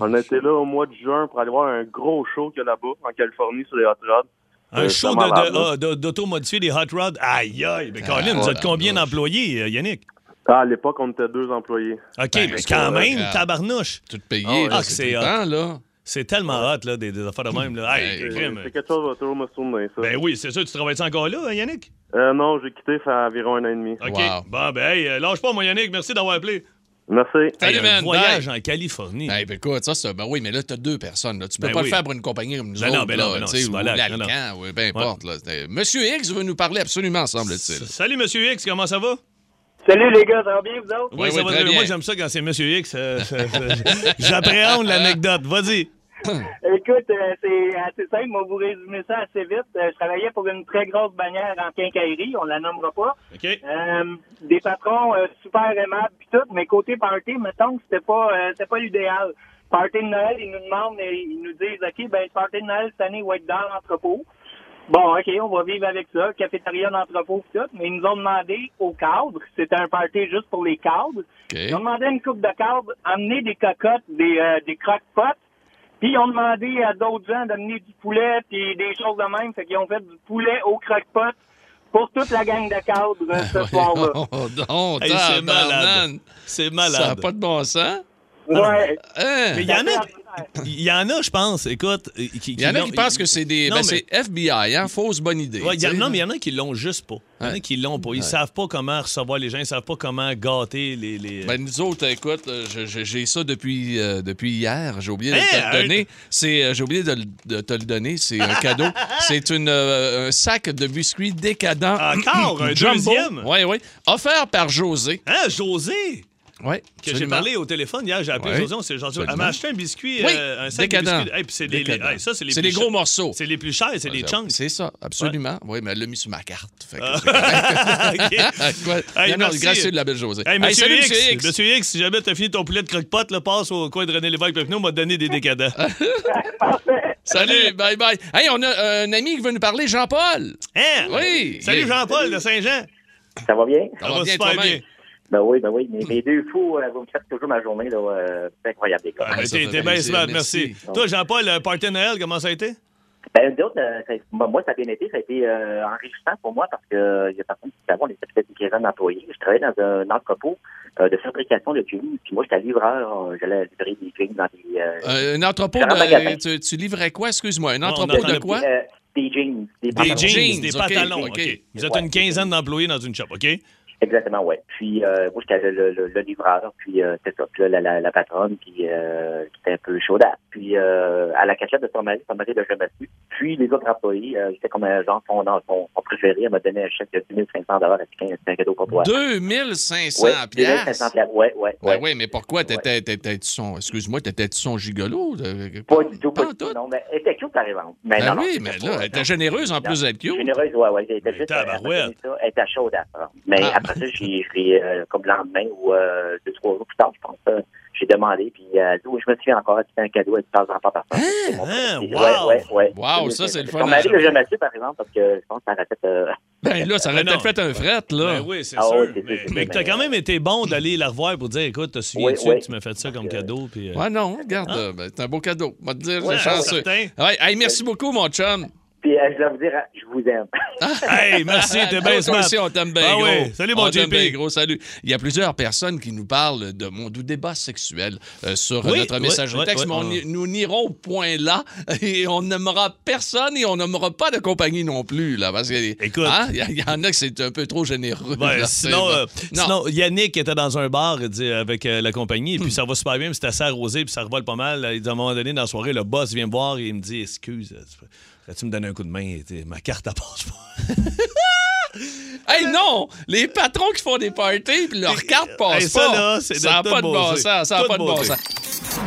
On était là au mois de juin pour aller voir un gros show qu'il y a là-bas, en Californie, sur les hot rods. Un Euh, show c'est de- malade, de- là. ah, de- d'auto-modifié des hot rods. Aïe, aïe. Mais Colin, vous êtes Ah, ouais, ben, combien la d'employés, euh, Yannick? Ah, à l'époque, on était deux employés. OK, Ben, mais c'est quand correct. même, tabarnouche. Tout payé, Ah ouais. là, Ah, c'est c'est tout le hot. temps, là. C'est tellement hot, là, des, des affaires de même. Là. Hey, Ouais. crime. C'est quelque chose de toujours me souvenir, ça. Ben oui, c'est sûr, tu travailles encore là, hein, Yannick? Euh, non, j'ai quitté, ça fait environ un an et demi. OK. Wow. Bon, ben, hey, euh, lâche pas, mon Yannick. Merci d'avoir appelé. Merci. Salut, Hey, un man. voyage Bye. en Californie. Ben, ben, écoute, ça, c'est. Ben oui, mais là, t'as deux personnes. Là. Tu peux Ben pas le oui. faire pour une compagnie comme nous Ben autres. non, ben là, non, ben non, tu sais, c'est ou malade, l'Alcan, non, non. oui, peu importe. là. C'était- Monsieur X veut nous parler absolument, semble-t-il. Salut, Monsieur X, comment ça va? Salut les gars, ça va bien, vous autres? Oui, ça oui, va très bien. Moi, j'aime ça quand c'est Monsieur X. euh, ça- ça- J'appréhende l'anecdote. Vas-y. Écoute, euh, c'est assez simple, on va vous résumer ça assez vite. Euh, je travaillais pour une très grosse bannière en quincaillerie, on la nommera pas. OK. Euh, des patrons euh, super aimables puis tout, mais côté party, mettons que c'était pas euh, c'était pas l'idéal. Party de Noël, ils nous demandent, euh, ils nous disent OK, ben le party de Noël cette année va être dans l'entrepôt. Bon, OK, on va vivre avec ça, cafétéria d'entrepôt pis tout, mais ils nous ont demandé aux cadres, c'était un party juste pour les cadres. Ils ont OK. demandé à une coupe de cadres, amener des cocottes, des, euh, des croque-potes. Puis ils ont demandé à d'autres gens d'amener du poulet puis des choses de même. Fait qu'ils ont fait du poulet au croque-pot pour toute la gang de cadres euh, Ah, ce soir-là. Oh, donc, Hey, c'est malade. tabarnane. C'est Ça n'a malade. pas de bon sens. Ouais. Hein? Mais il y en a, il y en a, je pense, écoute. euh, qui- Il y en a l'ont- qui pensent que c'est des. Non, ben, mais- c'est FBI, hein? Fausse bonne idée. Ouais, y a- tu sais, non, mais il là. y en a qui l'ont juste pas. Il y en a qui l'ont pas. Ils savent pas comment recevoir les gens, ils savent pas comment gâter les. les... Ben, nous autres, écoute, euh, je- je- j'ai ça depuis, euh, depuis hier. J'ai oublié de Hey, te le euh, donner. C'est, euh, j'ai oublié de, le- de te le donner. C'est un cadeau. C'est une, euh, un sac de biscuits décadent. Encore Ah, un deuxième? Oui, oui. Offert par José. Hein, José? Oui. Que j'ai parlé au téléphone hier, j'ai appelé Ouais. José, on s'est gentil. Elle Absolument. m'a acheté un biscuit, Oui, euh, un sac décadent. de biscuits. Hey, puis c'est les, les- Décadent. hey, ça, c'est les, C'est plus les gros chers- morceaux. C'est les plus chers, c'est les chunks. C'est ça, absolument. Oui, mais elle l'a mis sur ma carte. Fait que c'est Ah, OK. correct. Ouais. Hey, Non, non, merci. grâce à de la belle José. Hey, monsieur, salut, X, Monsieur X. Monsieur X, si jamais t'as fini ton poulet de croque-pot, là, passe au coin de René Lévesque Pepino, on m'a donné des décadents. Ah. Salut, bye bye. Hey, on a euh, un ami qui veut nous parler, Jean-Paul. Hein? Oui. Salut Il- Jean-Paul de Saint-Jean. Ça va bien? Ça va bien, toi-même? Ben oui, ben oui. Mes, deux fous, vous me faites toujours ma journée. euh, c'est incroyable, les Ah, ben, ça t'es- fait T'es bien plaisir, smart, merci. merci. Toi, Jean-Paul, le party de Noël, comment ça a été? Ben, d'autres, euh, ça- moi, moi, ça a bien été. Ça a été euh, enrichissant pour moi parce que euh, il y a personne qui savait, on était peut-être une quinzaine d'employés. Je travaillais dans un entrepôt euh, de fabrication de cuisine. Puis moi, j'étais livreur. euh, J'allais livrer des cuisines dans des, euh, Euh, un entrepôt Sarah de. Magasin. Tu, tu livrais quoi, excuse-moi? Un Non, on entrepôt de entendait quoi? euh, des jeans. Des, Des pantalons. Ah, jeans, jeans, des ok, pantalons. ok. OK. Vous êtes une quinzaine d'employés dans une shop, OK? Exactement, ouais. Puis euh, moi, j'étais le, le, le livreur, puis euh, c'était ça. Puis là, la, la, la patronne qui, euh, qui était un peu chaude. Puis euh, à la cachette de son mari, son mari l'a jamais su. Puis les autres employés, euh, c'était comme un genre son, son, son préféré, elle m'a donné un chèque de 2500 dollars à quelqu'un, c'était un cadeau pour toi. 2500 ouais, piastres. 2500 ouais, ouais, Ben ouais. oui, mais pourquoi t'étais, t'étais, t'étais son. Excuse-moi, t'étais son gigolo? de- Pas du tout, pas Pas du tout. tout. Non, mais elle était cute, par exemple. Mais Ben non, non, oui, c'était mais pas- euh, là, elle était généreuse en Non. plus d'être cute. Généreuse, ouais, ouais. Elle était juste. euh, Tabarouette. elle m'a donné ça, elle était chaude à ça. Mais Ah. après ça, j'ai, j'ai, euh, comme le lendemain ou euh, deux, trois jours plus tard, je pense, euh, j'ai demandé. Puis, euh, d'où je me souviens encore, c'était un cadeau à temps en temps par personne. C'est mon hein, petit- wow. Ouais, ouais, ouais. Wow, ça, c'est le fun Mon à mari l'a savoir. jamais su, par exemple, parce que je pense que ça aurait fait. euh, Ben là, ça aurait Ben non. peut-être fait un fret, là. Ben oui, c'est Ah sûr. oui, c'est mais sûr, c'est mais sûr, t'as mais- quand même été bon d'aller la revoir pour dire écoute, te souviens-tu Oui, oui. que tu m'as fait ça comme Parce que- cadeau? Puis, euh, Ouais, non, regarde, euh, ben, c'est un beau cadeau. On va te dire, Ouais, c'est ouais, chanceux. certain. Ouais, hey, merci beaucoup, mon chum. Puis, euh, je dois vous dire, euh, je vous aime. Hey, merci, Ah, t'es Nous bien autres smart. aussi, on t'aime bien Ah gros. ouais, salut, mon on t'aime JP. bien gros, salut. Il y a plusieurs personnes qui nous parlent de mon du débat sexuel euh, sur Oui, notre oui, message oui, texte, oui, mais on on- y- nous n'irons au point là et on n'aimera personne et on n'aimera pas de compagnie non plus. Là, parce que, Écoute. hein, il y a- il y, en a qui c'est un peu trop généreux. Ben, là, sinon, c'est- euh, non. sinon, Yannick était dans un bar il dit, avec euh, la compagnie, et Hmm. puis ça va super bien, puis c'est assez arrosé, puis ça revole pas mal. Il dit, à un moment donné, dans la soirée, le boss vient me voir et il me dit Excuse, euh, tu me donner un coup de main Il dit, Ma carte, elle passe pas. Hey non! Les patrons qui font des parties puis leurs cartes passent euh, Hey, ça, pas. là, c'est de ça n'a toute pas de bon beauté. sens. Ça n'a Toute pas de bon beauté. sens.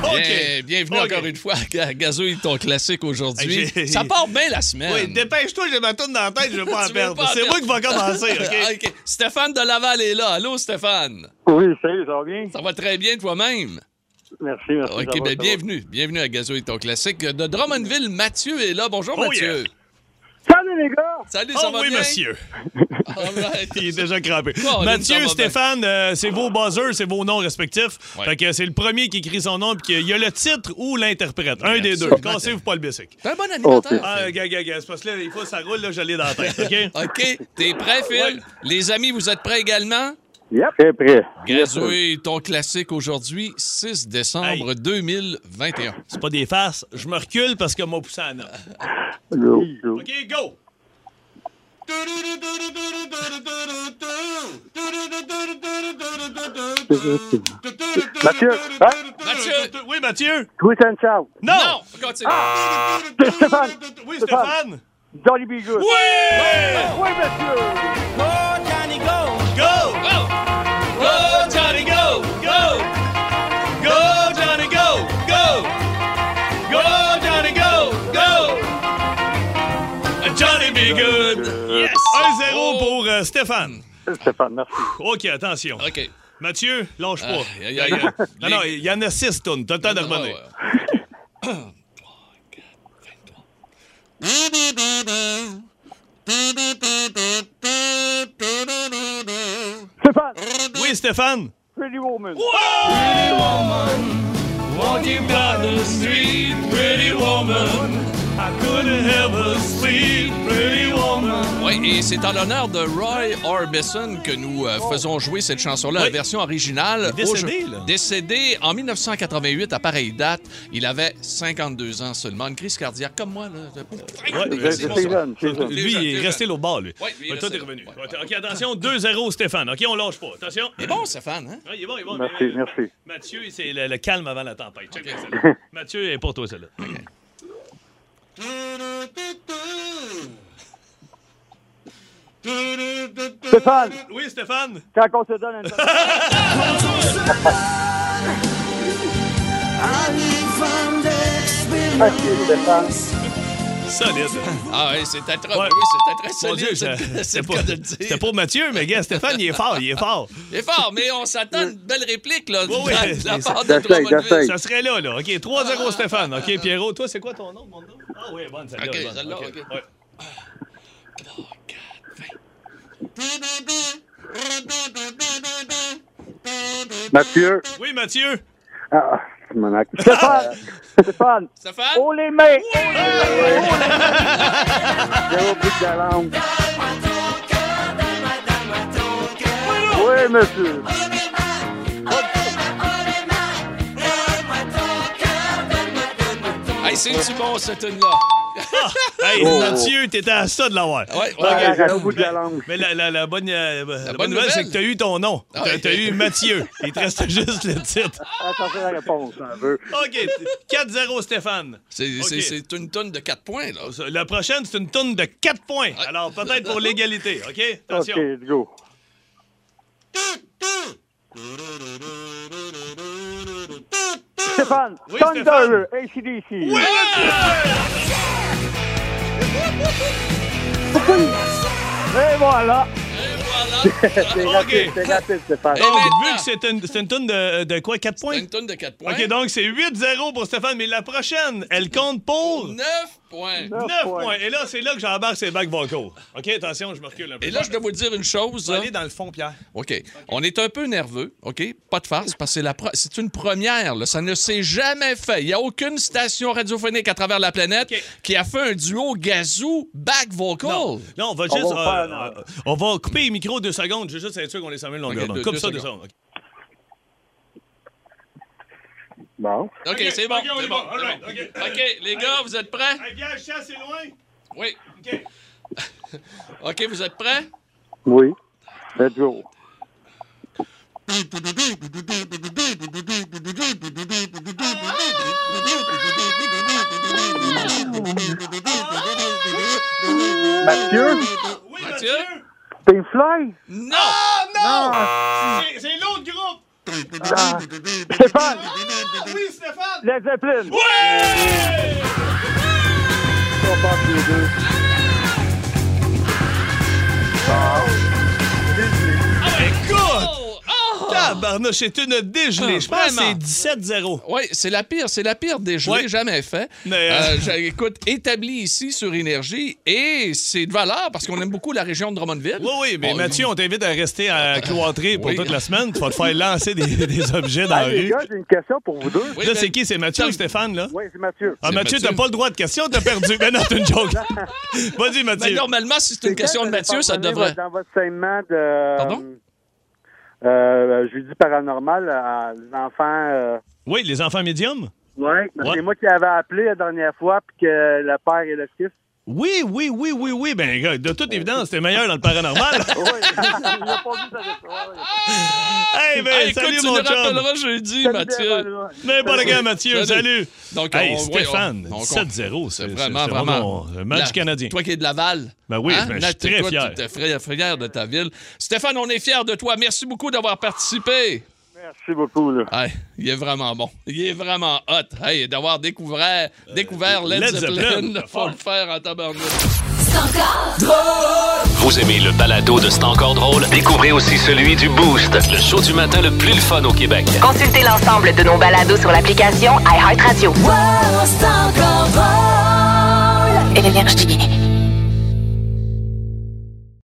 Bien- bienvenue OK. encore une fois à Gazouille, ton classique aujourd'hui. Hey, j'ai- Ça part bien la semaine. Oui, dépêche-toi, j'ai ma tourne dans la tête, je veux pas Tu en veux perdre. pas en C'est moi qui vais commencer, Ah, OK? OK. Stéphane de Laval est là. Allô, Stéphane. Oui, salut, ça va bien? Ça va très bien toi-même. Merci, merci. ça OK, va, bien ça va. bienvenue. Bienvenue à Gazouille, ton classique. De Drummondville, Mathieu est là. Bonjour, Oh, Mathieu. Salut les gars! Salut, ça Oh va oui, bien? monsieur. All right. Il est déjà crampé. Oh, là, ça va Mathieu, bien. Stéphane, euh, c'est vos buzzers, c'est vos noms respectifs. Ouais. Fait que c'est le premier qui écrit son nom, puis qu'il y a le titre ou l'interprète. Un des deux. Absolument. Cassez-vous pas le bicycle. T'es un bon animateur. Ah, gars, gars, gars, c'est parce que là, des fois, ça roule, là, j'allais dans la tête, OK? OK, t'es prêt, Phil? Ouais. Les amis, vous êtes prêts également? Yep. Très prêt. Gazouille, ton classique aujourd'hui, 6 décembre 2021. C'est pas des farces. Je me recule parce que m'a poussé à note. Go, go. OK, go! Mathieu, hein? Mathieu! Oui, Mathieu! Louis Saint-Charles, Non! Non! Continue! Ah! Stéphane! Oui, Stéphane! Jolly Bigot. Oui! Oui, monsieur! Go! Go! Go, Johnny, go! Go! Go, Johnny, go! Go! Go, Johnny, go! Go! Johnny, be good! Yes! Oh. 1-0 pour euh, Stéphane. Stéphane, merci. OK, attention. OK. Mathieu, lâche pas. Ah, aïe, aïe, aïe. non, non, il y en a six tonnes. T'as le temps de Ah, revenir. Stéphane! Oui, Stéphane. Pretty Woman! Walking down the street, pretty woman. I couldn't ever sleep, pretty woman. Oui, et c'est en l'honneur de Roy Orbison que nous euh, faisons jouer cette chanson-là, la Oh. Oui. version originale. Il est décédé, Au- là. Décédé en 1988, à pareille date. Il avait 52 ans seulement. Une crise cardiaque comme moi, là. Ouais, C'est c'est c'est jeune, c'est jeune. lui, Déjà, il est déjà. resté l'autre bord, lui. Ouais, lui, il est Mais resté toi, t'es là. revenu. Ouais, Ouais, OK, attention, 2-0, Stéphane. OK, on lâche pas. Attention. Mais bon, Stéphane, hein? Ah, il est bon, il est bon. Merci, Mais- merci. Mathieu, c'est le, le calme avant la tempête. Check bien celle-là. Mathieu, est pour toi, celle-là. Stéphane! Oui, Stéphane. Quand on se donne une... Merci, Stéphane. Solide. Ah oui, c'était très, Ouais. oui, c'était très Mon solide. Dieu, c'est- ça- c'est c'était le pas, cas de le dire. c'était pas Mathieu, mais gars, Stéphane, il est fort, il est fort. C'est fort, mais on s'attend à une belle réplique, là, Oui, oui, de la mais part de j'essaye, Drummondville. j'essaye. Ça serait là, là. OK, 3-0 Stéphane. OK, Pierrot, toi, c'est quoi ton nom, mon nom? Ah oui, bonne, celle-là. OK, bonne. celle-là, OK. ouais. Mathieu. Oui, Mathieu. Ah, ah, mon acte. Stéphane! Stéphane! Stéphane? Oh les mains! Zéro plus de la langue. Oui, monsieur. Hey, c'est du bon, cette tune-là. Ah! Hey, Oh. Mathieu, t'étais à ça de l'avoir. Ouais, Ok. Ben, ben- ouais, j'étais au Mais- bout de la Mais la, la- la bonne, euh, la bonne bonne nouvelle, c'est nouvelle. que t'as eu ton nom. Ah T'as ouais. t'as eu Mathieu. Il te reste juste le titre. Attention à la réponse, un peu. OK. 4-0, Stéphane. C'est Ok. c'est- c'est une tonne de 4 points, là. Ben, La prochaine, c'est une tonne de 4 points. Alors, peut-être pour l'égalité. OK? Attention. OK, let's go. Stéphane, Oui, Thunder, ACDC. Et voilà. c'est rapide, Eh ben, c'est rapide, Stéphane. Donc, vu que c'est une, c'est une tonne de, de quoi? 4 points? Une tonne de 4 points. OK, donc c'est 8-0 pour Stéphane, mais la prochaine, elle compte pour 9 9 points. points. Et là, c'est là que j'embarque ses bacs vocaux. OK, attention, je me recule un peu. Et là, je dois vous dire une chose. hein. Allez dans le fond, Pierre. OK. On est un peu nerveux, OK? Pas de farce, parce que c'est la pro- c'est une première. là. Ça ne s'est jamais fait. Il n'y a aucune station radiophonique à travers la planète OK. qui a fait un duo gazou back vocal. Là, on va Oh. On juste. va faire euh, euh, on va couper les micros deux secondes. Je veux juste être sûr qu'on les samule longueur. Ok, d'onde. deux- Coupe deux ça deux secondes. secondes. OK. Bon. OK, c'est bon. c'est bon, c'est bon. OK, les gars, vous êtes prêts? Pierre, je suis assez loin. Oui. OK. OK, vous êtes prêts? Oui. Let's go. Mathieu? Oui, Mathieu? Pink Floyd? Non! Ah! Ah, Non! C'est- C'est l'autre groupe! Ah. Stéphane! Ah, oui, Stéphane! Led Zeppelin! Ouais! On part tous les deux. Ah, ben, Écoute! Tabarnouche, c'est une dégelée. Je pense que Vraiment. c'est 17-0. Oui, c'est la pire, c'est la pire des jeux Ouais. jamais fait. Mais, euh, Euh, j'ai- écoute, établi ici sur Énergie et c'est de valeur parce qu'on aime beaucoup la région de Drummondville. Oui, oui, mais On- Mathieu, on t'invite à rester à cloîtrer pour Oui. toute la semaine. Tu vas te faire lancer des, des objets dans la Hey, les rue. gars, j'ai une question pour vous deux. Oui, Là, ben, c'est qui? C'est Mathieu ou Stéphane, là? Oui, c'est Mathieu. Ah, C'est Mathieu, t'as Mathieu. pas le droit de question, t'as perdu. Mais non, t'es une joke. Vas-y, Ben, Mathieu. normalement, si c'est une question de Mathieu, ça devrait. Dans votre segment de. Pardon? Euh, je lui dis paranormal à les enfants. Euh... Oui, les enfants médiums? Oui, Ouais. c'est moi qui avais appelé la dernière fois, puis que le père et le fils. Oui, oui, oui, oui, oui. Ben, gars, de toute évidence, t'es meilleur dans le paranormal. Oui, il a pas vu ça. Ouais, ouais. hey, ben, Hey, écoute, salut, tu nous mon chum. rappelleras jeudi, Salut, Mathieu. Pierre-Benoît. Mais pas le gars, Mathieu, Salut. salut. Donc, hey, on- oui, Stéphane, on- on- 17-0, C'est c'est vraiment, c'est vraiment. mon Match La- canadien. Toi qui es de Laval. Hein? Ben oui, ben, je suis Nat, très toi, fier. Tu es fier, fier euh, de ta ville. Stéphane, on est fiers de toi. Merci beaucoup d'avoir participé. Merci beaucoup, là. Hey, il est vraiment bon. Il est vraiment hot. Hey, d'avoir découvert, découvert Led, Euh, Led Zeppelin, Zeppelin. faut le faire en tabarnak. Vous aimez le balado de C'est encore drôle? Découvrez aussi celui du Boost, le show du matin le plus le fun au Québec. Consultez l'ensemble de nos balados sur l'application iHeartRadio. Énergie.